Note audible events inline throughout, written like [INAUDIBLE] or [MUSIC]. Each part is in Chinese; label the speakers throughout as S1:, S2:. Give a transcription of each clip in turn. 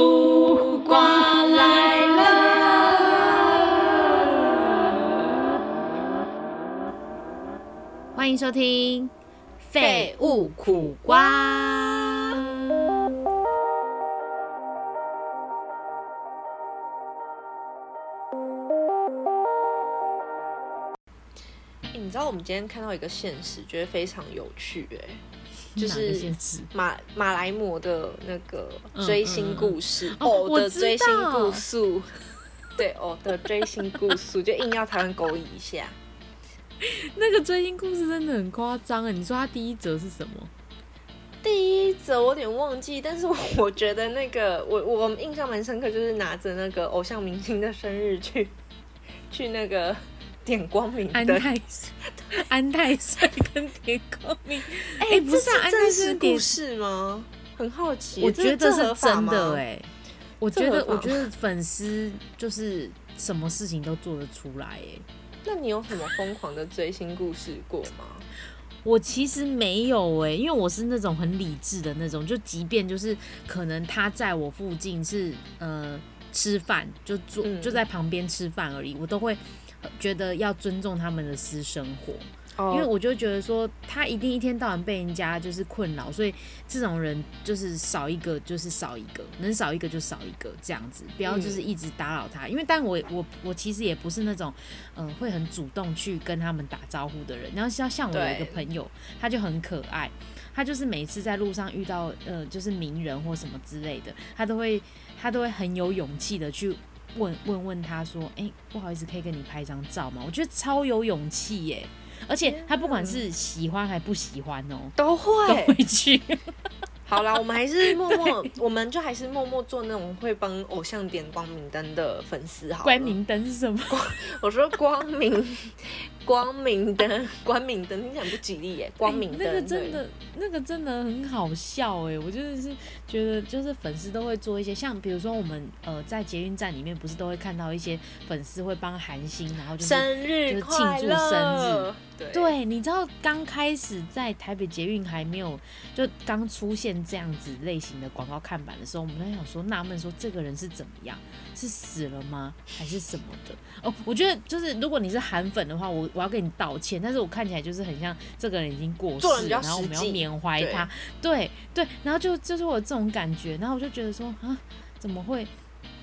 S1: 苦瓜来了。
S2: 欢迎收听《
S1: 废
S2: 物苦
S1: 瓜》。欸你知道我们今天看到一个现实，觉得非常有趣哎、就
S2: 哪个
S1: 是
S2: 现实
S1: 马马来貘的那个
S2: 嗯
S1: 追星故事，
S2: 嗯哦
S1: 偶
S2: 我
S1: 的
S2: 知
S1: 追星故
S2: 道
S1: 事，对，偶的追星故事，就硬要台湾狗一下。
S2: 那个追星故事真的很夸张啊！你说它第一则是什么？
S1: 第一则我有点忘记，但是我觉得那个我我印象蛮深刻，就是拿着那个偶像明星的生日去去那个点光明
S2: 安
S1: 灯，
S2: 泰帅，安泰帅跟田光明。哎、
S1: 欸
S2: 不是啊，
S1: 这
S2: 安
S1: 真
S2: 泰帅
S1: 实
S2: 跟
S1: 故
S2: 田，
S1: 事吗？很好奇，
S2: 我
S1: 这
S2: 觉得
S1: 这合
S2: 是
S1: 法
S2: 真的
S1: 吗
S2: 哎、我觉
S1: 这合
S2: 得，
S1: 法
S2: 我
S1: 吗
S2: 觉得粉丝就是什么事情都做得出来哎、
S1: 那你有什么疯狂的追星故事过吗？
S2: 我其实没有哎、因为我是那种很理智的那种，就即便就是可能他在我附近是呃吃饭，就坐
S1: 嗯
S2: 就在旁边吃饭而已，我都会呃觉得要尊重他们的私生活，
S1: 哦
S2: 因为我就觉得说他一定一天到晚被人家就是困扰，所以这种人就是少一个就是少一个，能少一个就少一个这样子，不要就是一直打扰他。因为但我我我其实也不是那种嗯、呃会很主动去跟他们打招呼的人。然后像像我有一个
S1: 对
S2: 朋友，他就很可爱，他就是每次在路上遇到呃就是名人或什么之类的，他都会他都会很有勇气的去。问问问他说：“哎、不好意思，可以跟你拍张照吗？”我觉得超有勇气耶、而且他不管是喜欢还不喜欢哦， [LAUGHS] 都
S1: 都会
S2: 会。去。
S1: [LAUGHS] 好啦，我们还是默默，我们就还是默默做那种会帮偶像点光明灯的粉丝好了。
S2: 关明灯是什么？
S1: 我说光明，光明灯，光明灯，听起来很不吉利耶。光明灯、
S2: 哎那个真
S1: 对，
S2: 的，那个真的很好笑哎、我真的是觉得，就是粉丝都会做一些，像比如说我们呃在捷运站里面，不是都会看到一些粉丝会帮韩星，然后就是。
S1: 生日
S2: 就是
S1: 快
S2: 庆祝生
S1: 乐，对
S2: 对，你知道刚开始在台北捷运还没有，就刚出现这样子类型的广告看板的时候，我们在想说纳闷说这个人是怎么样，是死了吗，还是什么的？哦，我觉得就是如果你是韩粉的话，我我要跟你道歉，但是我看起来就是很像这个人已经过
S1: 做人
S2: 世，
S1: 比较
S2: 然后我们
S1: 实
S2: 要
S1: 际
S2: 缅怀
S1: 对
S2: 他，对对，然后就就是我有这种感觉，然后我就觉得说啊，怎么会？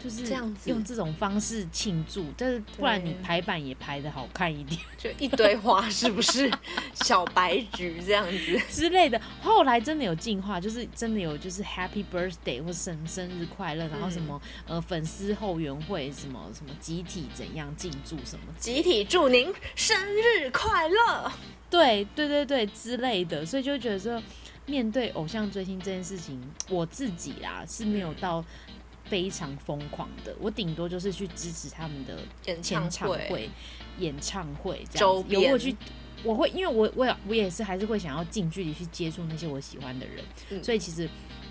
S2: 就是
S1: 这样子
S2: 用这种方式庆祝，但是不然你
S1: 对
S2: 排版也排的好看一点。
S1: 就一堆花，是不是？小白菊这样子，
S2: 之类的。后来真的有进化，就是真的有就是 Happy Birthday 或生生日快乐，然后什么、呃粉丝后援会什么什么集体怎样庆祝什么，
S1: 集体祝您生日快
S2: [LAUGHS]
S1: 乐。
S2: 对对对对之类的，所以就觉得说面对偶像追星这件事情，我自己啦是没有到。非常疯狂的，我顶多就是去支持他们的
S1: 演
S2: 签
S1: 唱
S2: 唱
S1: 会
S2: 会、演唱会这
S1: 周
S2: 样子。有
S1: 边
S2: 我去，我会，因为我我有我也是还是会想要近距离去接触那些我喜欢的人，
S1: 嗯
S2: 所以其实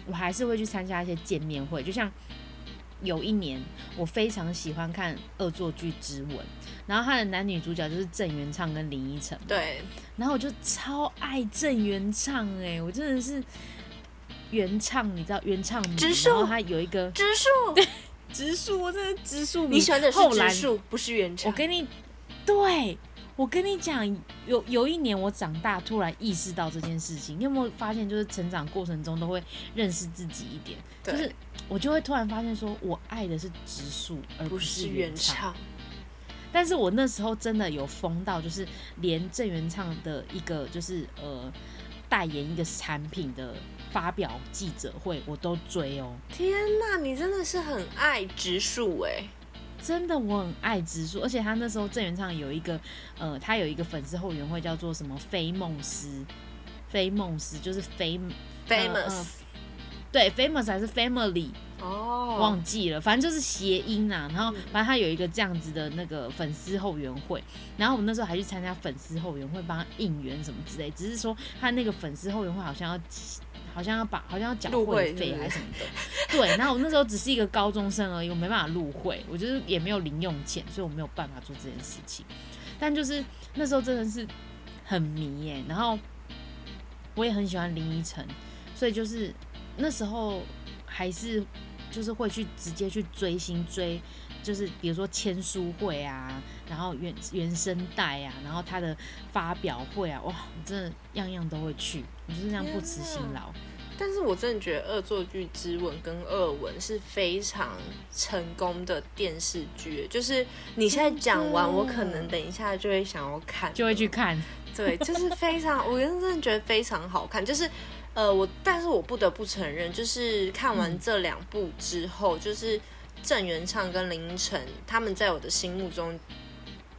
S2: 我还是会去参加一些见面会，就像。有一年，我非常喜欢看《恶作剧之吻》，然后他的男女主角就是郑元畅跟林依晨，
S1: 对，
S2: 然后我就超爱郑元畅哎、我真的是原唱，你知道原唱迷
S1: 植树
S2: 然后他有一个
S1: 植树，
S2: 植树，我真的植树迷
S1: 你喜欢的是
S2: 后
S1: 植
S2: 来
S1: 树，不是原
S2: 我
S1: 唱。
S2: 跟你，对我跟你讲，有有一年我长大，突然意识到这件事情。你有没有发现，就是成长过程中都会认识自己一点，
S1: 对
S2: 就是我就会突然发现说，我爱的是植树，而
S1: 不
S2: 是
S1: 是
S2: 原
S1: 原。唱，
S2: 但是我那时候真的有疯到，就是连郑元畅的一个就是呃代言一个产品的发表记者会，我都追哦。
S1: 天哪，你真的是很爱植树哎！
S2: 真的我很爱植树，而且他那时候郑元畅有一个，呃，他有一个粉丝后援会叫做什么飞梦思，飞梦思就是飞呃
S1: famous
S2: 呃对 famous 还是 family
S1: 哦，
S2: 忘记了，反正就是谐音啊。然后
S1: 嗯
S2: 反正他有一个这样子的那个粉丝后援会，然后我那时候还去参加粉丝后援会帮他应援什么之类，只是说他那个粉丝后援会好像要。好像要把好像要缴
S1: 入会
S2: 会
S1: 是不
S2: 费
S1: 是
S2: 还是什么的， [LAUGHS] 对。然后我那时候只是一个高中生而已，我没办法入会，我就是也没有零用钱，所以我没有办法做这件事情。但就是那时候真的是很迷耶、然后我也很喜欢林依晨，所以就是那时候还是就是会去直接去追星追，就是比如说签书会啊，然后原原声带啊，然后他的发表会啊，哇，我真的样样都会去，我就是那样不辞辛劳。
S1: 但是我真的觉得《恶作剧之吻》跟《恶吻》是非常成功的电视剧，就是你现在讲完，
S2: 真的
S1: 我可能等一下就会想要看，
S2: 就会去。看，
S1: 对，就是非常，我真的觉得非常好看，就是。呃，我但是我不得不承认，就是看完这两部之后，就是郑元畅跟林晨他们在我的心目中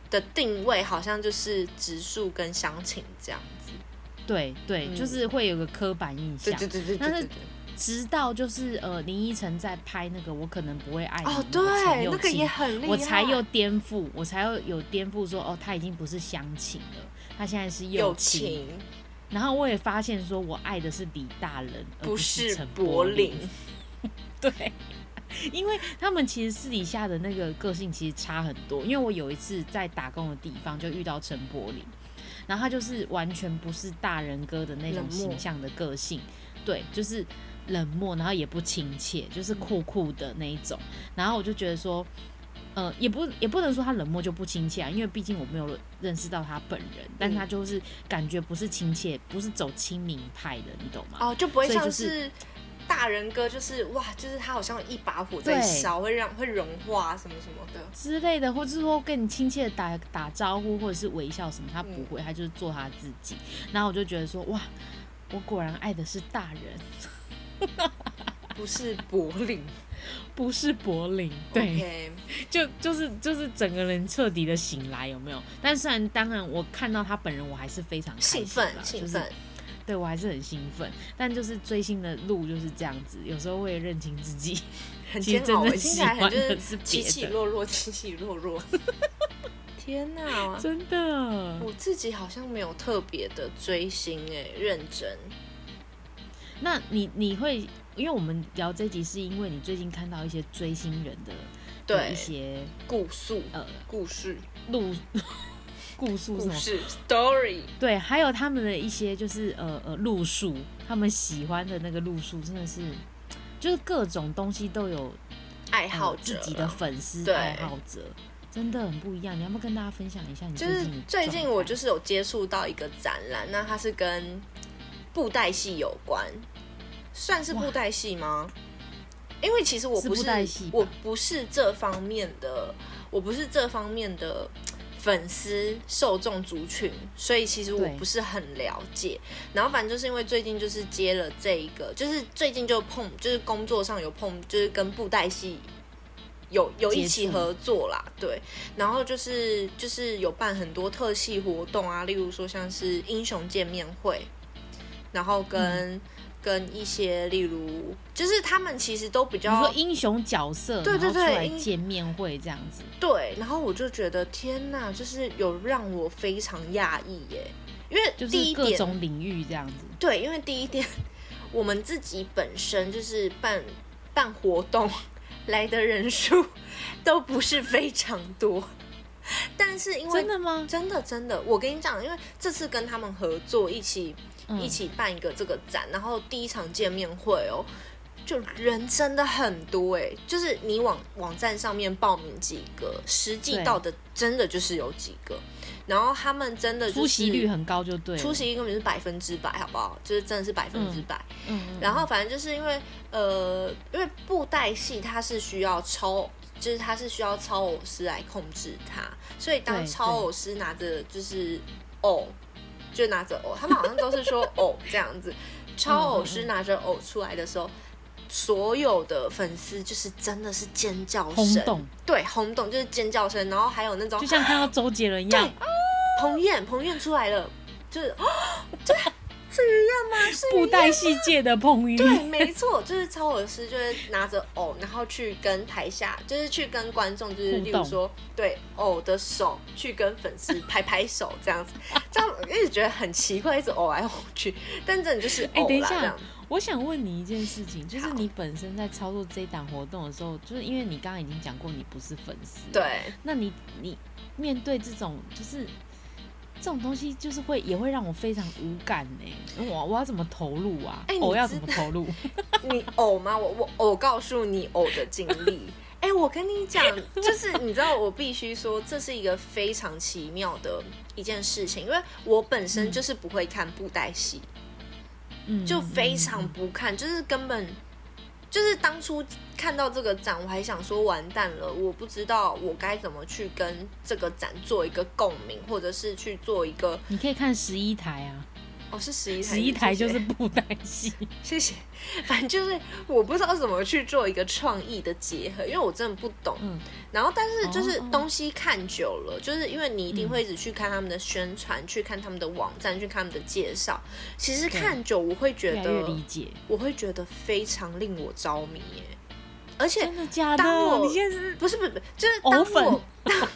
S1: 的定位，好像就是植树跟湘琴这样子。
S2: 对对，
S1: 嗯
S2: 就是会有个刻板印
S1: 对
S2: 象。
S1: 对对对对
S2: 但
S1: 对
S2: 是直到就是呃林依晨在拍那个我可能不会哎爱你，
S1: 哦，
S2: 我才
S1: 对，
S2: 有
S1: 那个
S2: 记
S1: 也很厉害，
S2: 我才有颠覆，我才有有颠覆说哦，他已经不是乡情了，他现在是
S1: 友
S2: 友情。
S1: 情，
S2: 然后我也发现说，我爱的是李大人，而
S1: 不
S2: 是
S1: 是
S2: 陈
S1: 柏林
S2: 霖。。对， [LAUGHS] 因为他们其实私底下的那个个性其实差很多。因为我有一次在打工的地方就遇到陈柏霖，然后他就是完全不是大人哥的那种
S1: 冷漠
S2: 形象的个性，对，就是冷漠，然后也不亲切，就是酷酷的那一种。然后我就觉得说。呃，也不也不能说他冷漠就不亲切啊，因为毕竟我没有认识到他本人，但
S1: 嗯
S2: 他就是感觉不是亲切，不是走亲民派的，你懂吗？
S1: 哦，就不会
S2: 所以
S1: 像
S2: 就是
S1: 是大人哥，就是哇，就是他好像有一把火在
S2: 对
S1: 烧，会让会融化什么什么的。
S2: 之类的，或者是说跟你亲切的打打招呼，或者是微笑什么，他不
S1: 嗯
S2: 会，他就是做他自己。然后我就觉得说，哇，我果然爱的是大人，
S1: 不是柏林，
S2: 不是柏林。 [LAUGHS] 对，
S1: OK，
S2: 就就是就是整个人彻底的醒来，有没有？但虽然当然，我看到他本人，我还是非常开心
S1: 兴
S2: 啦
S1: 奋兴
S2: 就是
S1: 奋，
S2: 对我还是很兴奋。但就是追星的路就是这样子，有时候会认清自
S1: [LAUGHS]
S2: 己。
S1: 很
S2: 其实
S1: 煎熬，
S2: 真的
S1: 听起来
S2: 喜
S1: 很
S2: 欢
S1: 就
S2: 的
S1: 是
S2: 是
S1: 起
S2: 别
S1: 起
S2: 的
S1: 落 [LAUGHS] 落，起起落落。
S2: [LAUGHS]
S1: 天哪！
S2: 真的，
S1: 我自己好像没有特别的追星哎、认真。
S2: 那你你会，因为我们聊这集是因为你最近看到一些追星人的的
S1: 对
S2: 一些
S1: 故诉、
S2: 呃
S1: 故事、
S2: 路故述什
S1: 故
S2: 么，
S1: 事、story，
S2: 对，还有他们的一些就是呃呃路数，他们喜欢的那个路数真的是，就是各种东西都有、
S1: 爱
S2: 呃
S1: 好者
S2: 自
S1: 啦、
S2: 己的粉丝
S1: 对
S2: 爱好者。真的很不一样，你要不要跟大家分享一下你
S1: 就
S2: 最
S1: 是
S2: 近的
S1: 最近我就是是有接触到一个展览，那它是跟布袋戏有关，算是布袋戏吗？因为其实我
S2: 是
S1: 不
S2: 布袋戏吧
S1: 我不是这方面的，我不是这方面的粉丝受众族群，所以其实我
S2: 对
S1: 不是很了解。然后反正就是因为最近就是接了这一个，就是最近就碰，就是工作上有碰，就是跟布袋戏有有一起
S2: 接触
S1: 合作啦，对。然后就是就是有办很多特系活动啊，例如说像是英雄见面会，然后跟、
S2: 嗯
S1: 跟一些例如，就是他们其实都比
S2: 你说
S1: 较
S2: 英雄角色，
S1: 对
S2: 然
S1: 对
S2: 后
S1: 对
S2: 出来
S1: 英
S2: 见面会这样子，
S1: 对，然后我就觉得天呐，就是有让我非常讶异耶，因为
S2: 就
S1: 第
S2: 是
S1: 一
S2: 各
S1: 点
S2: 种领域这样子。
S1: 对，因为第一点，我们自己本身就是办办活动来的人数 [LAUGHS] 都不是非常多，但是因为
S2: 真的吗？
S1: 真的真的，我跟你讲，因为这次跟他们合作一起、
S2: 嗯
S1: 一起办一个这个展，然后第一场见面会哦，就人真的很多哎、就是你网网站上面报名几个，实际
S2: 对
S1: 到的真的就是有几个，然后他们真的、就是、
S2: 出席率很高就对了。
S1: 出席率根本是百分之百，好不好？就是真的是百分之百。
S2: 嗯，嗯，
S1: 然后反正就是因为呃，因为布袋戏它是需要超，就是它是需要超偶师来控制它，所以当
S2: 对
S1: 超偶师拿着就是偶，就拿着偶，他们好像都是说偶这样子，超
S2: 嗯
S1: 偶师拿着偶出来的时候。所有的粉丝就是真的是尖叫
S2: 轰
S1: 声，
S2: 动，
S1: 对，轰动就是尖叫声，然后还有那种
S2: 就像看到周杰伦一
S1: [LAUGHS]
S2: 样，
S1: 彭燕，彭燕出来了，就是， [GASPS] 啊对，是
S2: [LAUGHS]
S1: 一样吗？是
S2: 布袋戏界的彭于
S1: 对，
S2: [LAUGHS] 晏。
S1: 没错，就是超偶师，就是拿着偶，然后去跟台下，就是去跟观众，就是
S2: 互
S1: 例
S2: 动
S1: 如说，对偶的手去跟
S2: [LAUGHS]
S1: 粉丝拍拍手这样子，这样我一直觉得很奇怪，一直偶来偶去，但真的就是
S2: 哎
S1: 偶
S2: 等一
S1: 啦，
S2: 下
S1: 这样
S2: 我想问你一件事情，就是
S1: 好
S2: 你本身在操作这一档活动的时候，就是因为你刚刚已经讲过你不是粉丝，，
S1: 对。
S2: 那你你面对这种就是这种东西就是会也会让我非常无感呢。我我要怎么投入啊？
S1: 哎你
S2: 我要
S1: 知
S2: 怎么投
S1: [LAUGHS]
S2: 入？
S1: 你呕吗？我我我告诉你呕的经
S2: [LAUGHS]
S1: 历。哎、我跟你讲，就是你知道，我必须说，这是一个非常奇妙的一件事情，因为我本身就是不会看布袋戏，
S2: 嗯，
S1: 就
S2: 嗯
S1: 非常不看，就是根本就是当初看到这个展，我还想说完蛋了，我不知道我该怎么去跟这个展做一个共鸣，或者是去做一个
S2: 你可以看十一台啊，
S1: 哦是十一台
S2: 十一台
S1: 谢
S2: 就
S1: 谢
S2: 是布袋戏。
S1: 谢谢。 [LAUGHS] 反正就是我不知道怎么去做一个创意的结合，因为我真的不懂。
S2: 嗯
S1: 然后，但是就是
S2: 哦哦嗯
S1: 东西看久了，就是因为你一定会一直去看他们的宣传，去看他们的网站，去看他们的介绍。其实
S2: 对
S1: 看久，我会觉
S2: 越来越
S1: 得，
S2: 理解。
S1: 我会觉得非常令我着迷耶。而且
S2: 真的假
S1: 当
S2: 的？
S1: 我
S2: 你现在是
S1: 不是不是，不是就是
S2: 藕
S1: 当我 [LAUGHS]
S2: 粉
S1: 当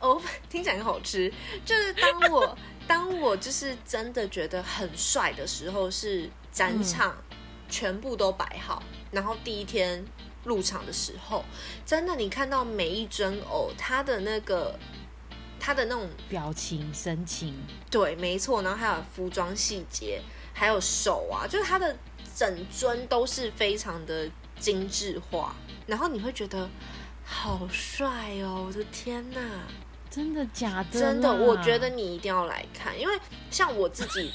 S1: 藕粉听起来很好吃，就是当我 [LAUGHS] 当我就是真的觉得很帅的时候，是展
S2: 嗯
S1: 场全部都摆好，然后第一天入场的时候，真的你看到每一尊偶，它的那个它的那种
S2: 表情、神情，
S1: 对，没错，然后还有服装细节，还有手啊，就是它的整尊都是非常的精致化，然后你会觉得好帅哦！我的天哪，
S2: 真的假的？
S1: 真的，我觉得，你一定要来看，因为像我自己，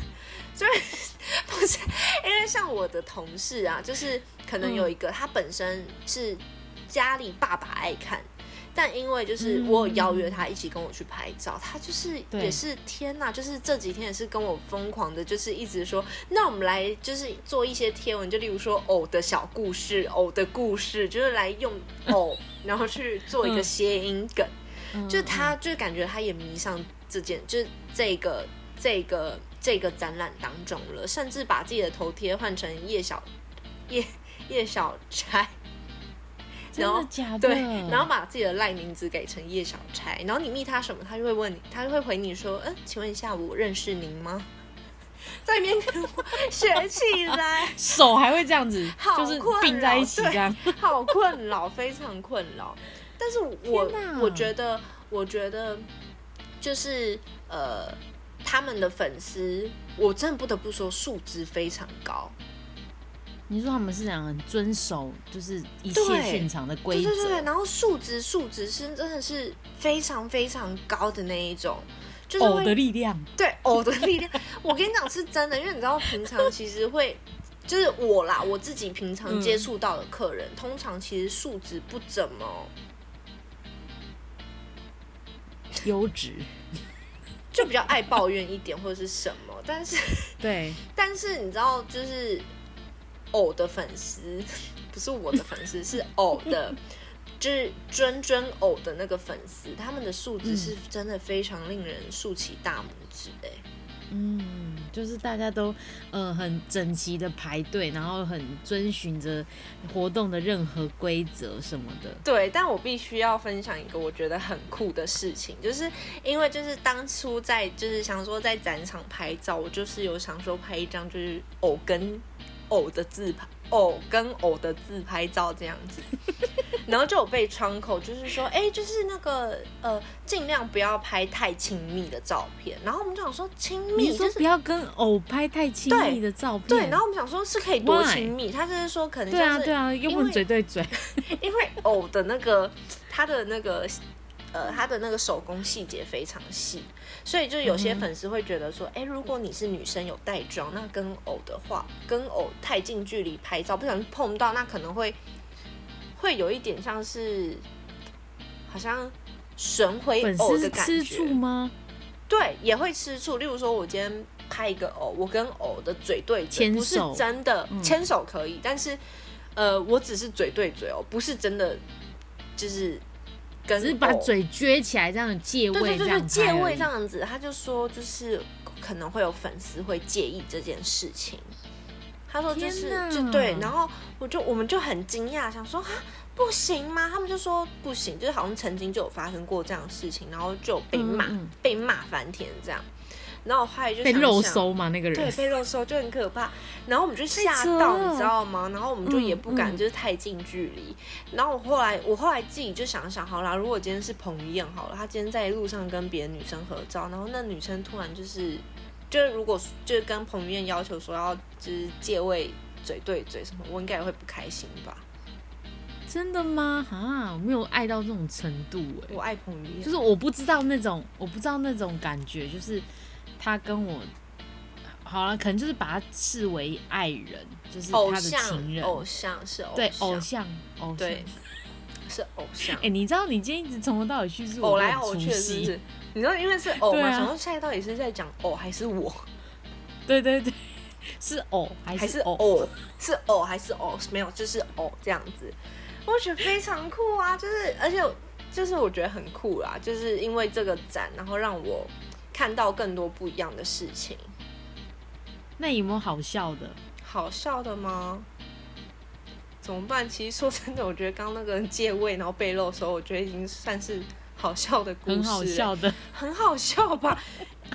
S1: [LAUGHS] 虽然 [LAUGHS] 不是，因为像我的同事啊，就是可
S2: 嗯
S1: 能有一个、他本身是家里爸爸爱看。但因为就是
S2: 嗯
S1: 我有邀约他一起跟我去拍照，他就是
S2: 对
S1: 也是天呐，就是这几天也是跟我疯狂的，就是一直说，那我们来就是做一些贴文，就例如说偶的小故事、偶的故事，就是来用偶，然后去做一个
S2: 嗯
S1: 谐音梗。
S2: 嗯
S1: 就是他，就是感觉他也迷上这件，就是这个这个这个展览当中了，甚至把自己的头贴换成叶小叶叶小
S2: [LAUGHS]
S1: 钗，
S2: 真
S1: 然后
S2: 的假的？
S1: 对，然后把自己的赖名字改成叶小钗，然后你密他什么，他就会问你，他就会回你说，嗯，请问一下，我认识您吗？ [LAUGHS] 在里面跟我学起来，
S2: 手还会这样子，
S1: [LAUGHS] 好
S2: 就是
S1: 困
S2: 并在一起
S1: 扰对
S2: 这样。
S1: [LAUGHS] 好困扰，非常困扰。但是我
S2: 天哪
S1: 我觉得，我觉得就是呃，他们的粉丝，我真的不得不说，素质非常高。
S2: 你说他们是讲很遵守，就是一切
S1: 对
S2: 现场的规
S1: 对
S2: 则
S1: 对，对，然后素质素质是真的是非常非常高的那一种，就是
S2: 偶
S1: 会
S2: 的力量。
S1: 对偶的力量。我跟你讲是真的，因为你知道平常其实会。就是我啦，我自己平常
S2: 嗯
S1: 接触到的客人，通常其实素质不怎么
S2: 优质，
S1: 就比较爱抱怨一点或者是什么，但是
S2: 对，
S1: 但是你知道，就是偶的粉丝，不是我的粉丝，是偶的，就是尊尊偶的那个粉丝，他们的素质是真的非常令人竖起大拇指哎、
S2: 嗯，就是大家都呃很整齐的排队，然后很遵循着活动的任何规则什么的。
S1: 对，但我必须要分享一个我觉得很酷的事情，就是因为就是当初在就是想说在展场拍照，我就是有想说拍一张就是偶跟偶的自拍，偶跟偶的自拍照这样
S2: [LAUGHS]
S1: 子，然后就有被窗口就是说，哎、就是那个呃，尽量不要拍太亲密的照片。然后我们就想说亲
S2: 你
S1: 密
S2: 是说
S1: 就是
S2: 不要跟偶拍太亲密的照片，
S1: 对，然后我们想说是可以多
S2: Why？
S1: 亲密，他就是说可能
S2: 对啊
S1: 像是
S2: 对啊，又
S1: 因
S2: 不能
S1: 为
S2: 嘴对嘴，
S1: 因为藕的那个它的那个呃它的那个手工细节非常细，所以就有些粉丝会觉得说，哎、如果你是女生有带妆，那跟藕的话，跟藕太近距离拍照，不小心碰到，那可能会会有一点像是好像神回
S2: 粉
S1: 藕
S2: 丝
S1: 的
S2: 是
S1: 感
S2: 吃
S1: 觉，
S2: 醋吗？
S1: 对，也会吃醋。例如说，我今天拍一个偶，我跟偶的嘴对嘴，
S2: 牵
S1: 不是
S2: 手
S1: 真的
S2: 嗯
S1: 牵手可以，但是呃，我只是嘴对嘴哦，不是真的，就是跟
S2: 只是把
S1: 偶
S2: 嘴撅起来这样借
S1: 对
S2: 位
S1: 对
S2: 这
S1: 对
S2: 样
S1: 对
S2: 拍
S1: 借
S2: 而
S1: 位
S2: 已
S1: 这样子，他就说就是可能会有粉丝会介意这件事情。他说就
S2: 天
S1: 是
S2: 哪
S1: 就对，然后我就我们就很惊讶，想说啊不行吗？他们就说不行，就是好像曾经就有发生过这样的事情，然后就被骂、
S2: 嗯嗯嗯
S1: 被骂翻天这样。然后我后来就
S2: 被
S1: 想
S2: 肉
S1: 想
S2: 搜嘛那个
S1: 对，
S2: 人，
S1: 被肉搜就很可怕。然后我们就吓
S2: 太扯
S1: 到，
S2: 了
S1: 你知道吗？然后我们就也
S2: 嗯
S1: 不敢
S2: 嗯
S1: 就是太近距离。然后我后来，我后来自己就想想，好啦，如果今天是彭于晏好了，他今天在路上跟别的女生合照，然后那女生突然就是，就是如果就是跟彭于晏要求说要就是借位嘴对嘴什么，我应该也会不开心吧？
S2: 真的吗？啊，我没有爱到这种程度哎、
S1: 我爱彭于晏，
S2: 就是我不知道那种，我不知道那种感觉，就是他跟我，好了，可能就是把他视为爱人，就是
S1: 偶
S2: 他的情
S1: 像，
S2: 人，
S1: 偶像是偶
S2: 对，偶
S1: 像，
S2: 像，偶像。
S1: 对是偶像
S2: 哎、。你知道你今天一直从头到尾叙述我
S1: 偶
S2: 都
S1: 来
S2: 很
S1: 偶
S2: 出
S1: 去的是不
S2: 戏，
S1: 是？你知道，因为是偶
S2: 对
S1: 嘛，
S2: 啊
S1: 想说现在到底是在讲偶还是我？
S2: 对对对，是偶还
S1: 还是
S2: 偶？
S1: 偶，是偶还是偶？没有，就是偶这样子。我觉得非常酷啊，就是而且就是我觉得很酷啦，就是因为这个展，然后让我看到更多不一样的事情。
S2: 那有没有好笑的？
S1: 好笑的吗？怎么办？其实说真的，我觉得刚刚那个借位然后被露的时候，我觉得已经算是好笑的故事了，欸
S2: 很好笑的，
S1: 很好笑吧？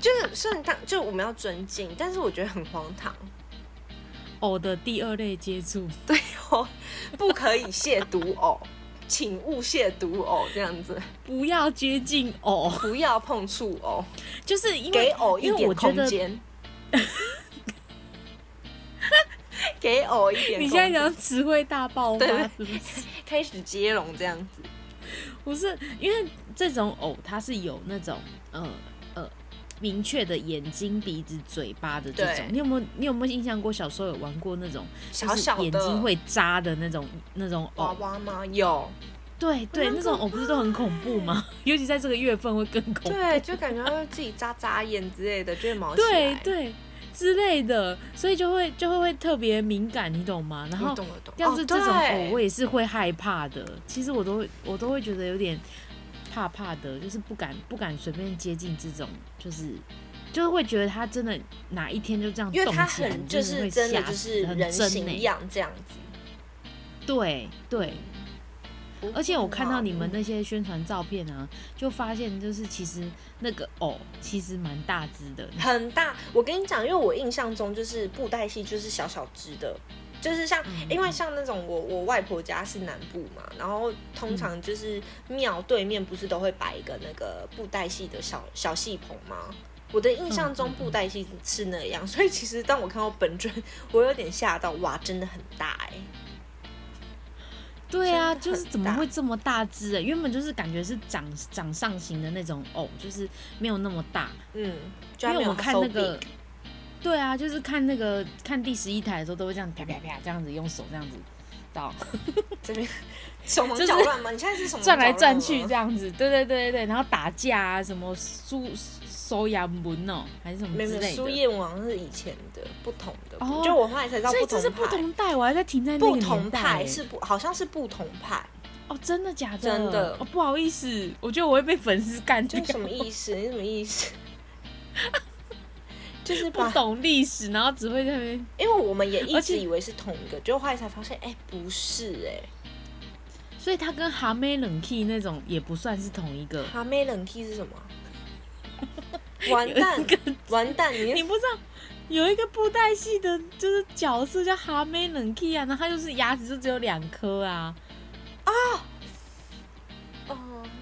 S1: 就是虽然当就我们要尊敬，但是我觉得很荒唐。
S2: 偶的第二类接触，
S1: 哦，不可以亵渎偶，请勿亵渎偶，这样子，
S2: 不要接近偶，
S1: 不要碰触偶，
S2: 就是因
S1: 给
S2: 为
S1: 偶一
S2: 因为
S1: 点
S2: 我觉
S1: 空
S2: 得
S1: 间。给偶一点空间，
S2: 你现在讲词汇大爆发，
S1: 对
S2: 是不
S1: [LAUGHS]
S2: 是？
S1: 开始接龙这样子，
S2: 不是，因为这种偶它是有那种呃呃明确的眼睛、鼻子、嘴巴的这种
S1: 对。
S2: 你有没有你有没有印象过小时候有玩过那种
S1: 小小
S2: 就是
S1: 的
S2: 眼睛会哦扎的那种那种
S1: 娃
S2: 偶？
S1: 娃吗？有，
S2: 对对，那种偶不是都很恐怖吗？ [LAUGHS] 尤其在这个月份会更恐怖。
S1: 对，就感觉会自己眨眨眼之类的，就会毛起
S2: 对
S1: 来。
S2: 对。之类的，所以就会就会会特别敏感，你懂吗？然
S1: 我
S2: 后
S1: 懂了懂。
S2: 像是这种
S1: 哦
S2: 偶
S1: 对，
S2: 我也是会害怕的。其实我都会，我都会觉得有点怕怕的，就是不敢不敢随便接近这种，就是就是会觉得他真的哪一天就这样
S1: 因为它
S2: 动起来，
S1: 很
S2: 你
S1: 就
S2: 真的
S1: 是
S2: 会
S1: 真的
S2: 吓
S1: 就是
S2: 死，很
S1: 人
S2: 真欸
S1: 形
S2: 呢、
S1: 样这样子。
S2: 对对，
S1: 不
S2: 而且我
S1: 过
S2: 看到
S1: 啊
S2: 你们
S1: 嗯
S2: 那些宣传照片啊，就发现就是其实那个偶其实蛮大只的，
S1: 很大。我跟你讲，因为我印象中就是布袋戏就是小小只的，就是像、
S2: 嗯
S1: 因为像那种我我外婆家是南部嘛，然后通常就是庙对面不是都会摆一个那个布袋戏的小小戏棚吗？我的印象中
S2: 嗯嗯嗯
S1: 布袋戏是那样，所以其实当我看到本尊，我有点吓到，哇，真的很大哎、
S2: 对啊，就
S1: 真的很
S2: 是怎么
S1: 大
S2: 会这么大只、欸？原本就是感觉是掌掌上型的那种偶，就是没有那么大。
S1: 嗯，就
S2: 因
S1: 还没
S2: 为
S1: 有
S2: 我
S1: 它
S2: 看
S1: so
S2: 那个
S1: big，
S2: 对啊，就是看那个看第十一台的时候，都会这样啪啪啪这样子用手这样子到
S1: 嗯这边手忙
S2: 就是
S1: 脚乱吗？你现在是手忙
S2: 转来
S1: 脚
S2: 转
S1: 乱
S2: 去
S1: 吗
S2: 这样子，对对对对对，然后打架啊，什么输收牙门哦，还是什么
S1: 没有
S2: 之
S1: 没有，
S2: 类
S1: 苏
S2: 的。
S1: 叶王是以前的不同的，
S2: 哦
S1: 就我后来才知道
S2: 所以这是不
S1: 同派，
S2: 同代，我还在停在那个
S1: 不
S2: 年
S1: 同
S2: 代
S1: 派
S2: 欸、
S1: 是不好像是不同派，
S2: 哦，真的假的？
S1: 真的
S2: 哦，不好意思，我觉得我会被粉丝干
S1: 就
S2: 掉
S1: 是。什么意思？你什么
S2: [LAUGHS]
S1: 意思？就是
S2: 不
S1: 把，
S2: 懂历史，然后只会在那边
S1: 因为我们也一
S2: 而
S1: 直
S2: 且
S1: 以为是同一个，就后来才发现，哎、不是哎、
S2: 所以他跟哈妹冷 key 那种也不算是同一个。
S1: 哈妹冷 key 是
S2: [LAUGHS]
S1: 什么？完蛋，完蛋！
S2: 你
S1: 你
S2: 不知道有一个布袋戏的，就是角色叫哈妹冷 key 啊，然后他就是牙齿就只有两颗啊。
S1: 哦，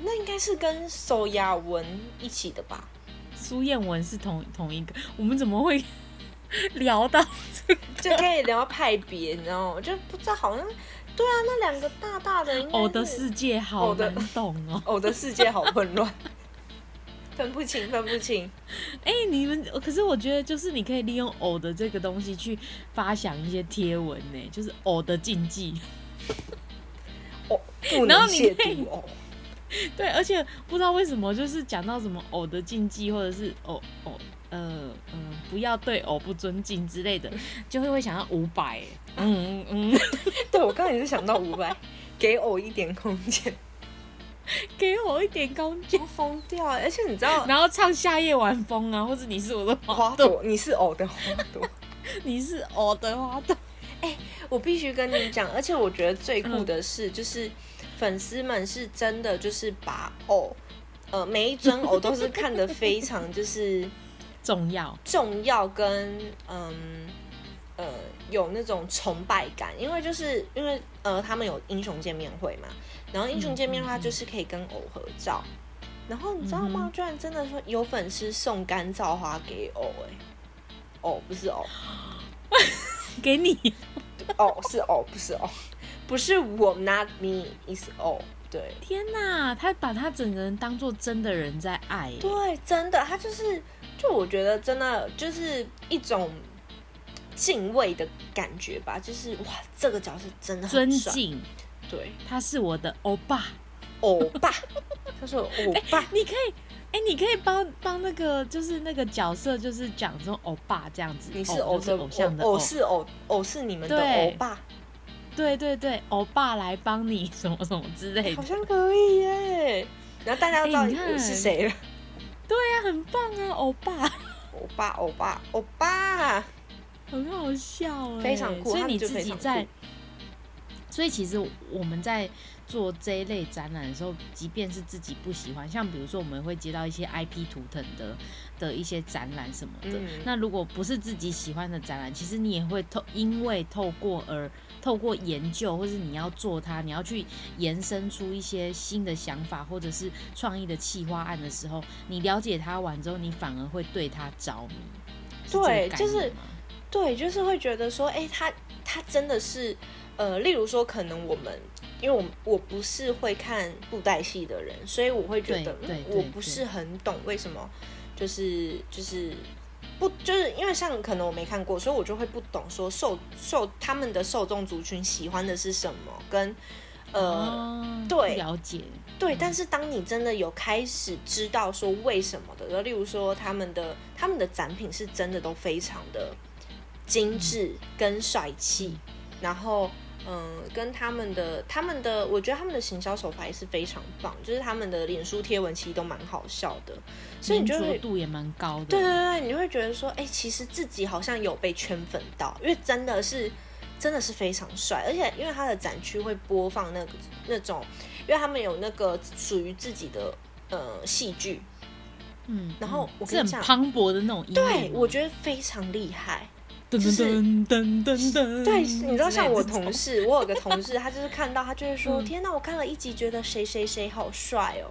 S1: 那应该是跟手雅文一起的
S2: [LAUGHS]
S1: 吧？
S2: 苏彦文是同同一个，我们怎么会 [LAUGHS] 聊到
S1: 就可以聊派别，你知道吗？就不知道好像，对啊，那两个大大的应该
S2: 哦偶的
S1: 是
S2: 世界好难懂哦？
S1: 偶的世界好混乱， [LAUGHS] 分不清，分不清。
S2: 哎、你们可是我觉得就是你可以利用偶的这个东西去发想一些贴文呢、就是偶的禁忌。
S1: 哦，不
S2: 然
S1: 能
S2: 后你
S1: 亵
S2: 可以
S1: 渎哦。
S2: 对，而且不知道为什么，就是讲到什么偶的禁忌，或者是偶偶呃呃不要对偶不尊敬之 [LAUGHS] 类的，就会会想要五百，嗯嗯 [LAUGHS] 嗯，
S1: 对，我刚才也是想到五百， [LAUGHS] 给偶一点空间，
S2: 给我一点空间，
S1: 我疯掉欸了。而且你知道，
S2: 然后唱夏夜晚风啊，或者你是我的花，
S1: 花朵，你是偶的花朵。
S2: 你是偶的花朵，
S1: [LAUGHS] 我必须跟你讲，而且我觉得最酷的是，就是粉丝们是真的就是把偶，呃，每一尊偶都是看得非常就是
S2: 重要，
S1: 重要跟嗯呃有那种崇拜感，因为就是因为呃他们有英雄见面会嘛，然后英雄见面会它就是可以跟偶合照，然后你知道吗？居然真的说有粉丝送干燥花给偶、欸，偶不是偶，
S2: 给你
S1: 偶是偶不是偶， [LAUGHS] 不是我 not me is 偶，对
S2: 天哪，他把他整个人当做真的人在爱耶，
S1: 对，真的，他就是就我觉得真的就是一种。敬畏的感觉吧，就是哇，这个角色真的很
S2: 尊
S1: 帅，
S2: 敬，
S1: 对，
S2: 他是我的欧巴。
S1: 欧巴，
S2: [LAUGHS]
S1: 他说欧巴，
S2: 你可以，哎、你可以帮帮那个，就是那个角色，就是讲说欧巴这样子，
S1: 你是
S2: 偶
S1: 偶
S2: 哦就是
S1: 的
S2: 偶像的
S1: 偶
S2: 偶，
S1: 是偶偶是你们的
S2: 对
S1: 欧巴，
S2: 对对对，欧巴来帮你什么什么之类
S1: 好
S2: 的，
S1: 像可以耶。然后大家都知道
S2: 哎你看
S1: 我是谁了，
S2: 对呀、很棒啊，欧巴，
S1: 欧巴欧巴欧巴，
S2: 很好笑哎、
S1: 非常酷
S2: 所以
S1: 他们
S2: 你
S1: 就
S2: 自
S1: 非
S2: 己
S1: 常酷
S2: 在，所以其实我们在做这一类展览的时候，即便是自己不喜欢，像比如说我们会接到一些 IP 图腾的的一些展览什么的，
S1: 嗯
S2: 那如果不是自己喜欢的展览，其实你也会透因为透过而透过研究，或是你要做它，你要去延伸出一些新的想法，或者是创意的企划案的时候，你了解它完之后，你反而会对它着迷。是这个
S1: 对
S2: 概
S1: 就是
S2: 念吗
S1: 对，就是会觉得说，哎、他他真的是，呃，例如说，可能我们。因为我我不是会看布袋戏的人，所以我会觉得
S2: 对对
S1: 嗯
S2: 对
S1: 我不是很懂为什么，就是就是不就是因为像可能我没看过，所以我就会不懂说受受他们的受众族群喜欢的是什么，跟呃、
S2: 哦
S1: 对
S2: 了解，
S1: 对，但是当你真的有开始知道说为什么的，例如说他们的他们的展品是真的都非常的精致跟帅气，然后嗯，跟他们的他们的，我觉得他们的行销手法也是非常棒，就是他们的脸书贴文其实都蛮好笑的，所以你就
S2: 粘着
S1: 会。
S2: 度也蛮高的。
S1: 对对对，嗯你就会觉得说，哎、其实自己好像有被圈粉到，因为真的是真的是非常帅，而且因为他的展区会播放那个那种，因为他们有那个属于自己的呃戏剧，
S2: 嗯，
S1: 然后
S2: 嗯
S1: 我
S2: 是
S1: 跟
S2: 很
S1: 你讲
S2: 磅礴的那种音乐吗，
S1: 对我觉得非常厉害。
S2: 噔
S1: 就是
S2: 噔噔噔噔噔，
S1: 对，你知道像我同
S2: 事，
S1: 事，我有个同事，他就是看到他就会说，
S2: 嗯
S1: 天哪，我看了一集，觉得谁谁谁好帅哦。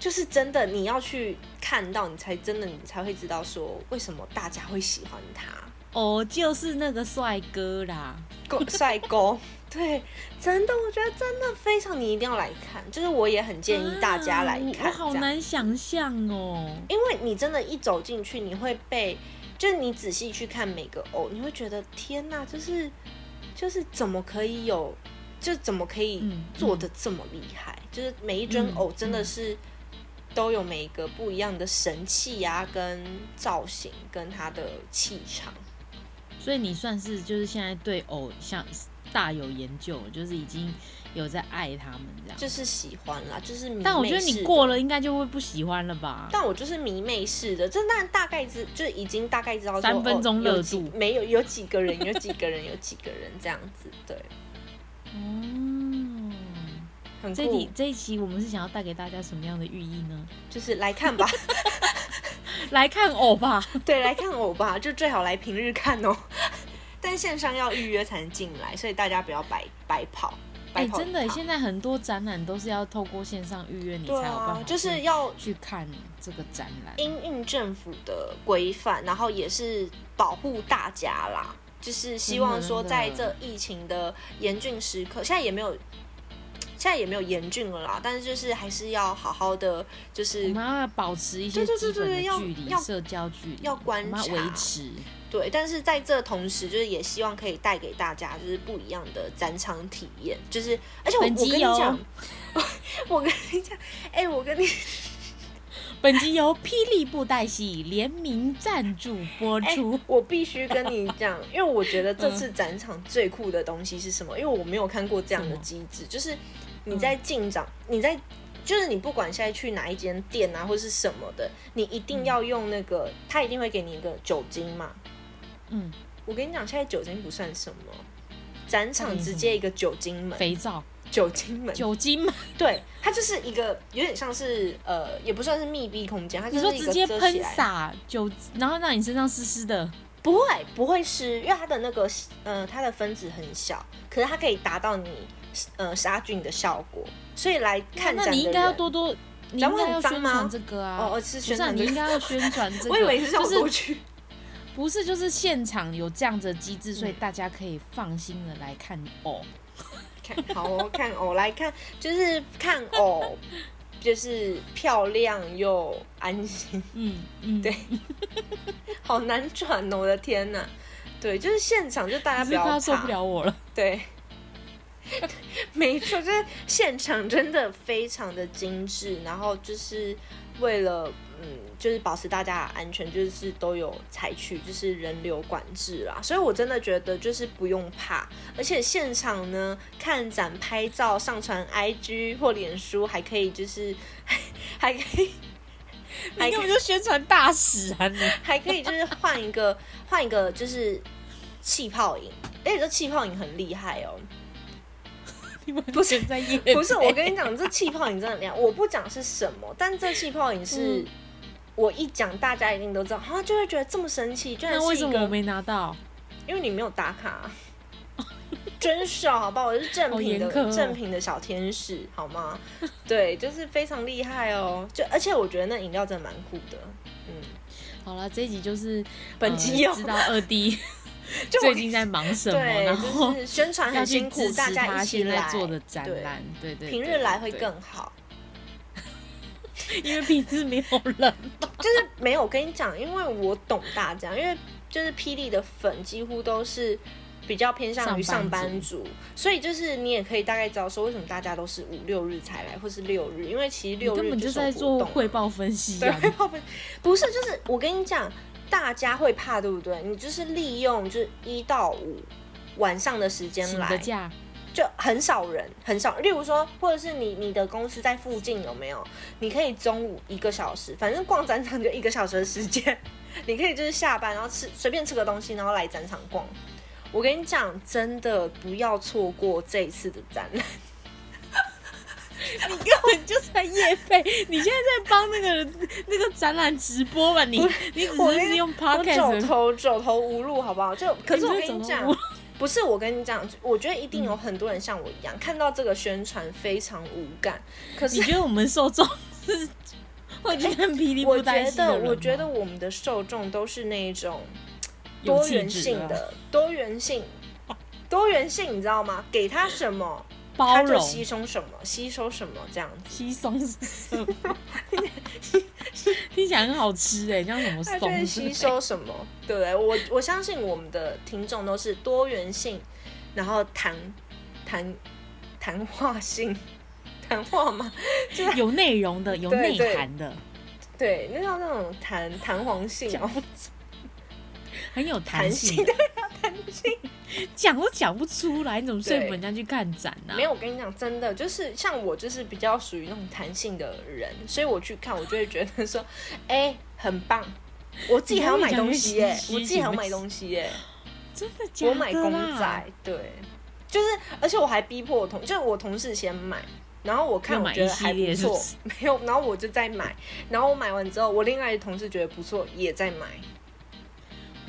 S1: 就是真的，你要去看到，你才真的，你才会知道说为什么大家会喜欢他。
S2: 哦，就是那个帅哥啦，
S1: [LAUGHS] 够帅哥，对，真的，我觉得真的非常，你一定要来看。就是我也很建议大家来
S2: 啊我
S1: 看，
S2: 我好
S1: 这样，
S2: 难想象哦，
S1: 因为你真的，一走进去，你会被，就是你仔细去看每个偶，你会觉得天哪，就是就是怎么可以有，就怎么可以
S2: 嗯
S1: 做的这么厉害？就是每一尊
S2: 嗯
S1: 偶真的
S2: 嗯
S1: 是。都有每一个不一样的神器啊，跟造型，跟他的气场。
S2: 所以你算是就是现在对偶像大有研究，就是已经有在爱他们这样，
S1: 就是喜欢啦，就是迷
S2: 但我
S1: 妹
S2: 觉得
S1: 式
S2: 你
S1: 的
S2: 过了应该就会不喜欢了吧？
S1: 但我就是迷妹式的，这但大概知就已经大概知道说
S2: 三分钟
S1: 哦
S2: 热
S1: 有几
S2: 度
S1: 没有有几个人，有几个人，有几个人这样子，对，
S2: 哦，
S1: 很
S2: 这一
S1: 酷
S2: 题，这一期我们是想要带给大家什么样的寓意呢？
S1: 就是来看
S2: [LAUGHS]
S1: 吧，
S2: 来看偶
S1: [LAUGHS]
S2: 吧。
S1: 对，来看我吧，就最好来平日看哦，但线上要预约才能进来，所以大家不要白白跑，
S2: 哎、
S1: 白跑一趟、
S2: 真的，现在很多展览都是要透过线上预约，你才有
S1: 对
S2: 办法
S1: 啊
S2: 去、，
S1: 就是要
S2: 去看这个展览。
S1: 因应政府的规范，然后也是保护大家啦，就是希
S2: 嗯
S1: 望说在这疫情的严峻时刻，现在也没有。现在也没有严峻了啦，但是就是还是要好好的，就
S2: 我
S1: 是
S2: 们要保持一些
S1: 对对对
S2: 基本的
S1: 对要
S2: 距离，
S1: 要
S2: 社交距离，
S1: 要观
S2: 我们
S1: 察
S2: 要维持。
S1: 对，但是在这同时，就是也希望可以带给大家就是不一样的展场体验，就是而且我我
S2: 本集
S1: 跟你
S2: 有
S1: 讲， [LAUGHS] 我我跟你讲，哎、我跟你
S2: 本集由霹雳布袋戏联名赞助播
S1: 哎、
S2: 出。
S1: 我必须跟你
S2: [LAUGHS]
S1: 讲，因为我觉得这
S2: 嗯
S1: 次展场最酷的东西是什么？因为我没有看过这样的机制，就是你
S2: 嗯
S1: 在进展，你在就是你不管现在去哪一间店啊，或是什么的，你一定要用那个，他一定会给你一个酒精嘛。
S2: 嗯，
S1: 我跟你讲，现在酒精不算什么，展
S2: 那
S1: 场
S2: 你
S1: 直
S2: 什么
S1: 接一个酒精门，
S2: 肥皂
S1: 酒精
S2: 嗯
S1: 门，
S2: 酒
S1: [LAUGHS]
S2: 精吗？
S1: 对，它就是一个有点像是呃，也不算是密闭空间，它就
S2: 你
S1: 是
S2: 说
S1: 一
S2: 直
S1: 个
S2: 接
S1: 遮起
S2: 喷
S1: 来
S2: 洒酒，然后让你身上湿湿的，
S1: 不会不会湿，因为它的那个呃它的分子很小，可是它可以达到你呃杀菌的效果，所以来看
S2: 那
S1: 展
S2: 你
S1: 的
S2: 应该要
S1: 人
S2: 多多，你
S1: 展
S2: 应
S1: 会
S2: 该
S1: 很
S2: 要
S1: 脏
S2: 宣
S1: 吗
S2: 传这个啊。
S1: 哦，哦是宣
S2: 不是啊，
S1: 传
S2: 你
S1: 这
S2: 应
S1: 个，
S2: 该要宣传这个。
S1: [LAUGHS] 我以为是叫
S2: 就
S1: 我过
S2: 是
S1: 去，
S2: 不是就是现场有这样子的机制，所以
S1: 嗯
S2: 大家可以放心的来看哦。
S1: 看好哦，看偶来看就是看偶，就是漂亮又安心。 [LAUGHS]
S2: 嗯嗯，
S1: 对好难转哦！我的天呐，对，就是现场就大家
S2: 你
S1: 不
S2: 是
S1: 要
S2: 快
S1: 怕，
S2: 要受不了我了。
S1: 对， [LAUGHS] 没错，就是现场真的非常的精致，然后就是为了嗯，就是保持大家的安全，就是都有采取就是人流管制啦，所以我真的觉得就是不用怕，而且现场呢看展拍照上传 IG 或脸书还可以就是 [LAUGHS] 还可以。还
S2: [LAUGHS] 你根本就宣传大使啊
S1: [LAUGHS]
S2: 你！
S1: 还可以就是换一个换一个就是气泡饮，而且这气泡饮很厉害哦。
S2: 你们不是在夜
S1: 不是，我跟你讲，这气泡饮真的很厉害。我不讲是什么，但这气泡饮是、
S2: 嗯
S1: 我一讲，大家一定都知道，啊，就会觉得这么神奇，居然
S2: 那为
S1: 是
S2: 什
S1: 一
S2: 么我
S1: 个，
S2: 没拿到？
S1: 因为你没有打卡啊、 [LAUGHS] 真是哦，好吧，我是正
S2: 好
S1: 品
S2: 严
S1: 的、
S2: 苛哦
S1: 正品的小天使，好吗？对，就是非常厉害哦。就而且我觉得那饮料真的蛮酷的，嗯，
S2: 好了，这一集就是
S1: 本集有
S2: 呃、知道二 D
S1: [LAUGHS] 就我
S2: 最近在忙什么，
S1: 对，
S2: 然后
S1: 就是宣传
S2: 要
S1: 很
S2: 去
S1: 辛苦，
S2: 支持
S1: 大家
S2: 他
S1: 一起
S2: 现在
S1: 来
S2: 做的展
S1: 对
S2: 览。对对，
S1: 平
S2: 对
S1: 日来会，
S2: 对
S1: 更好。
S2: 因为平日没有人。
S1: 就是没有，我跟你讲，因为我懂大家，因为就是霹雳的粉几乎都是比较偏向于上
S2: 上班
S1: 班族，所以就是你也可以大概知道说为什么大家都是五六日才来，或是六日，因为其实
S2: 你
S1: [LAUGHS] 六日
S2: 根本
S1: 就
S2: 就是
S1: 有
S2: 在
S1: 活
S2: 做
S1: 动
S2: 汇
S1: [LAUGHS]
S2: 报分析
S1: 对，
S2: 啊！
S1: 汇报分不是，就是我跟你讲，大家会怕，对不对？你就是利用就是一到五晚上的时间
S2: 请
S1: 来
S2: 个，假，
S1: 就很少人，很少。例如说，或者是你你的公司在附近有没有？你可以中午一个小时，反正逛展场就一个小时的时间，你可以就是下班然后吃随便吃个东西，然后来展场逛。我跟你讲，真的不要错过这一次的
S2: [LAUGHS]
S1: 展览。
S2: 你根本就是在夜配，你现在在帮那个人那个展览直播吧？你你只
S1: 我
S2: 是用
S1: 我走
S2: podcast，的
S1: 投走投无路，好不好？就可是我跟你
S2: 你这
S1: 讲
S2: 走投无路，
S1: 不是我跟你讲，我觉得一定有很多人像我一样，看到这个宣传非常无感。可是
S2: 你觉得我们受众
S1: [LAUGHS]
S2: 是会觉得霹雳
S1: 哎我
S2: 布袋
S1: 觉
S2: 戏的
S1: 得，
S2: 人吗
S1: 我觉得我们的受众都是那一种
S2: 有
S1: 多
S2: 气
S1: 元
S2: 质
S1: 性
S2: 啊
S1: 的，多
S2: [LAUGHS]
S1: 元性，多元性，你知道吗？给他什么，
S2: 包
S1: 他就
S2: 容
S1: 吸收什么，吸收什么这样子。
S2: 稀松是什么？
S1: [LAUGHS]
S2: [LAUGHS] 听起来很好吃哎，像什么
S1: 他就会
S2: 松之类
S1: 吸收什么，对不对？我我相信我们的听众都是多元性，然后谈谈谈话性，谈话嘛，
S2: 有内容的，有
S1: 对
S2: 内
S1: 对
S2: 涵的，
S1: 对，那叫那种弹弹簧性哦，
S2: 很有
S1: 弹
S2: 弹
S1: 性啊
S2: 性的，讲都讲不出来，你怎么说
S1: 对
S2: 服人家去看展啊呢？
S1: 没有，我跟你讲，真的就是像我，就是比较属于那种弹性的人，所以我去看，我就会觉得说，哎、 [LAUGHS] 很棒。我自己还要买东西耶、
S2: 你越讲越心虚
S1: 我自己还要买东西耶、
S2: 真的假的
S1: 我
S2: 啦？
S1: 买公仔，对，就是，而且我还逼迫我同，就是我同事先买，然后我看
S2: 又
S1: 我
S2: 买
S1: 觉
S2: 一
S1: 得
S2: 系
S1: 还不
S2: 列是不
S1: 错
S2: 是，
S1: [LAUGHS] 没有，然后我就再买，然后我买完之后，我另外的同事觉得不错，也在买，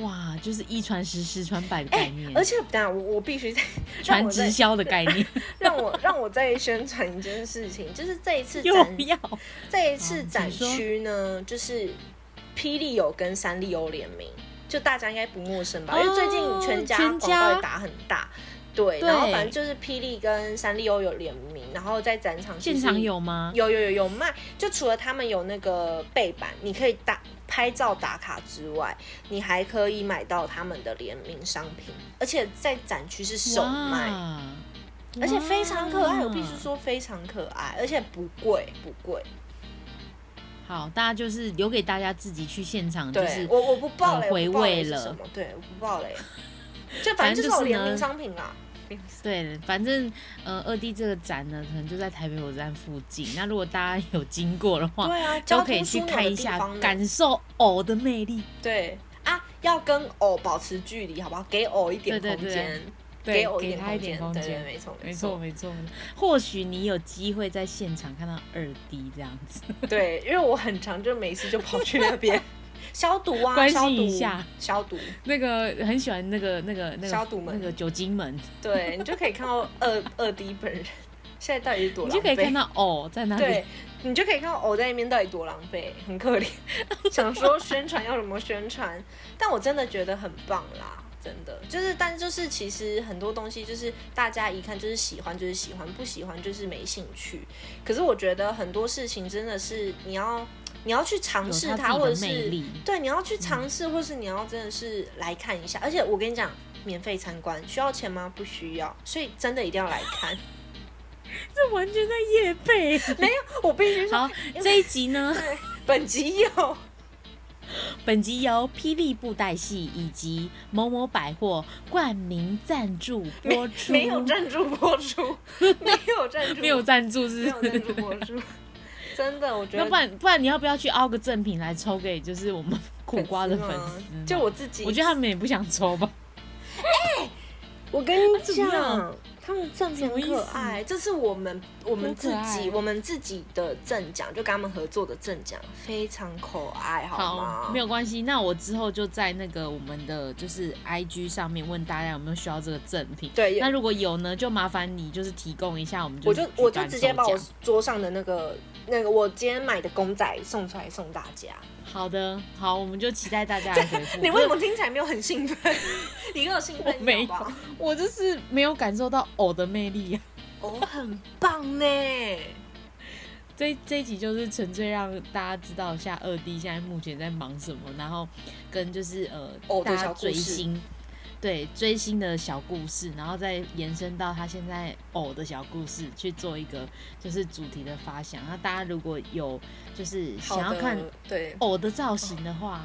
S2: 哇，就是一传十，十传百的
S1: 哎、
S2: 概念，
S1: 而且等一下我我必须再让
S2: 传
S1: 我再
S2: 直销的概
S1: [LAUGHS]
S2: 念
S1: 让我让我再宣传一件事情，就是这一次
S2: [LAUGHS] 又
S1: 展
S2: 要
S1: 这一次
S2: 好
S1: 展
S2: 请哦说
S1: 区呢，就是霹雳有跟三丽鸥联名，就大家应该不陌生吧？
S2: 哦
S1: 因为最近全家
S2: 全
S1: 广
S2: 家
S1: 告也打很大，对，
S2: 对
S1: 然后反正就是霹雳跟三丽鸥有联名，然后在展场其
S2: 现
S1: 实
S2: 场有吗？
S1: 有有有有卖，就除了他们有那个背板，你可以打拍照打卡之外，你还可以买到他们的联名商品，而且在展区是首卖。
S2: 哇，
S1: 而且非常可爱，
S2: 哇
S1: 我必须说非常可爱，而且不贵不贵。
S2: 好，大家就是留给大家自己去现场，就
S1: 对
S2: 是
S1: 我我不爆雷，
S2: 呃回
S1: 我不爆雷
S2: 味
S1: 是
S2: 了
S1: 什么？对，我不
S2: [LAUGHS]
S1: 爆雷，就反正就是有联名商品啦。
S2: 对，反正呃，二 D 这个展呢，可能就在台北火车站附近。那如果大家有经过的话，
S1: 对啊，
S2: 都
S1: 交
S2: 可以
S1: 通
S2: 去
S1: 枢纽
S2: 看
S1: 的
S2: 一
S1: 地
S2: 下
S1: 方，啊呢。
S2: 感受偶的魅力。
S1: 对啊，要跟偶保持距离，好不好？给偶一点
S2: 对对
S1: 空间。给
S2: 对
S1: 我，
S2: 给他一点空
S1: 对对，
S2: 间。
S1: 没错，
S2: 没错，
S1: 错，
S2: 没错，没错或许你有机会在现场看到二 D 这样子，
S1: 对，因为我很常就每次就跑去
S2: [LAUGHS]
S1: 那边消毒啊，
S2: 关
S1: 消
S2: 心
S1: 毒
S2: 一下，
S1: 消毒，
S2: 那个很喜欢那个那个那个
S1: 消毒门
S2: 那个酒精门，
S1: 对你就可以看到二二 D 本人现在到底是多
S2: 你
S1: 狼狈，
S2: 就可以看到哦在那里
S1: 对。，你就可以看到偶在那边到底多狼狈，很可
S2: [LAUGHS]
S1: 怜。想说宣传要怎么宣传，但我真的觉得很棒啦，真的就是，但就是其实很多东西就是大家一看就是喜欢就是喜欢，不喜欢就是没兴趣。可是我觉得很多事情真的是你要你要去尝试
S2: 有
S1: 它，
S2: 它
S1: 或
S2: 自己的
S1: 者
S2: 魅
S1: 是
S2: 力嗯
S1: 对你要去尝试，或是你要真的是来看一下。而且我跟你讲，免费参观需要钱吗？不需要，所以真的一定要来看。 [LAUGHS]
S2: 这完全在夜配。
S1: 我必须说
S2: 好，，这一集呢，
S1: 本集有。
S2: 本集由霹雳布袋戏以及某某百货冠名赞助播出，
S1: [LAUGHS] 没有赞助播
S2: [LAUGHS]
S1: 出，没有赞助，
S2: 没有赞助
S1: 没
S2: 是
S1: 有
S2: 不是
S1: 赞助播出， [LAUGHS] 真的，我觉
S2: [LAUGHS] 那
S1: 得
S2: 不然不然你要不要去凹个赠品来抽给就是我们苦瓜的
S1: 粉
S2: 粉
S1: 丝吗
S2: 丝？
S1: 就我自己，
S2: 我觉得他们也不想抽吧。
S1: 我跟你
S2: 怎么
S1: 讲
S2: 样，
S1: 他们赠品很可爱，这是我们我们自
S2: 多可
S1: 己
S2: 爱
S1: 我们自己的赠奖，就跟他们合作的赠奖，非常可爱，吗？
S2: 没有关系。那我之后就在那个我们的就是 I G 上面问大家有没有需要这个赠品。
S1: 对
S2: 那如果有呢，就麻烦你就是提供一下，我们就
S1: 我
S2: 我
S1: 就我就直接把我桌上的那个那个我今天买的公仔送出来送大家。
S2: 好的，好，我们就期待大家的回复。
S1: [LAUGHS] 你为什么听起来没有很兴奋？ [LAUGHS] 你给我兴奋一
S2: 没
S1: 点
S2: 有
S1: 好不好？
S2: 我就是没有感受到偶的魅力啊！ [LAUGHS]
S1: 哦，很棒呢。
S2: 这这一集就是纯粹让大家知道一下二弟现在目前在忙什么，然后跟就是呃
S1: 偶的
S2: 大
S1: 哦小
S2: 家
S1: 故
S2: 追
S1: 事
S2: 星，对追星的小故事，然后再延伸到他现在偶的小故事去做一个就是主题的发想。那大家如果有就是
S1: 好
S2: 想要
S1: 的
S2: 看哦
S1: 对
S2: 偶的造型的话，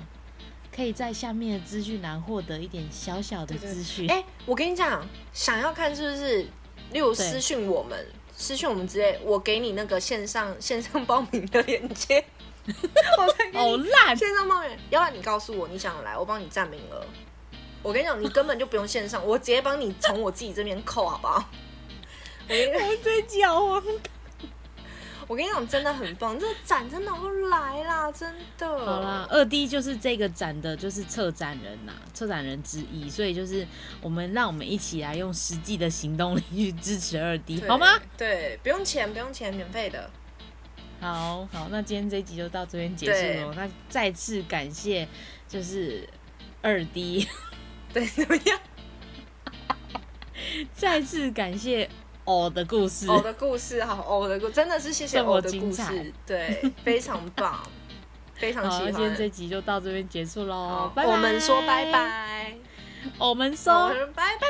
S2: 可以在下面的资讯栏获得一点小小的
S1: 对对
S2: 资讯。
S1: 哎、我跟你讲，想要看是不是？例如
S2: 对
S1: 私讯我们，私讯我们之类，我给你那个线上 [LAUGHS] 线上报名的链接，
S2: [LAUGHS]
S1: 我再
S2: [LAUGHS]
S1: 给
S2: 好
S1: 你
S2: 烂，
S1: 线上报名。要不然你告诉我你想来，我帮你占名额。我跟你讲，你根本就不用线上， [LAUGHS] 我直接帮你从我自己这边扣，好不好？我跟你
S2: 我啊们这一集好荒
S1: 我跟你讲，真的很棒，这展真的会来啦，真的。
S2: 好啦，，二 D 就是这个展的，就是策展人呐、策展人之一，所以就是我们让我们一起来用实际的行动力去支持二 D，好吗？？
S1: 对，不用钱，不用钱，免费的。
S2: 好好，那今天这一集就到这边结束了哦。那再次感谢，就是二 D， [LAUGHS]
S1: 对，怎么样？
S2: 再次感谢偶的故事。
S1: 偶的故事，好，偶的故真的是谢谢
S2: 这么
S1: 偶的故
S2: 精彩
S1: 事，对，非常棒，非常
S2: 好，
S1: 喜
S2: 那今天这
S1: 欢。
S2: 集就到这边结束
S1: 好
S2: 喽，拜拜。
S1: 我们说拜，拜，
S2: 我们
S1: 我
S2: 说
S1: 们拜拜。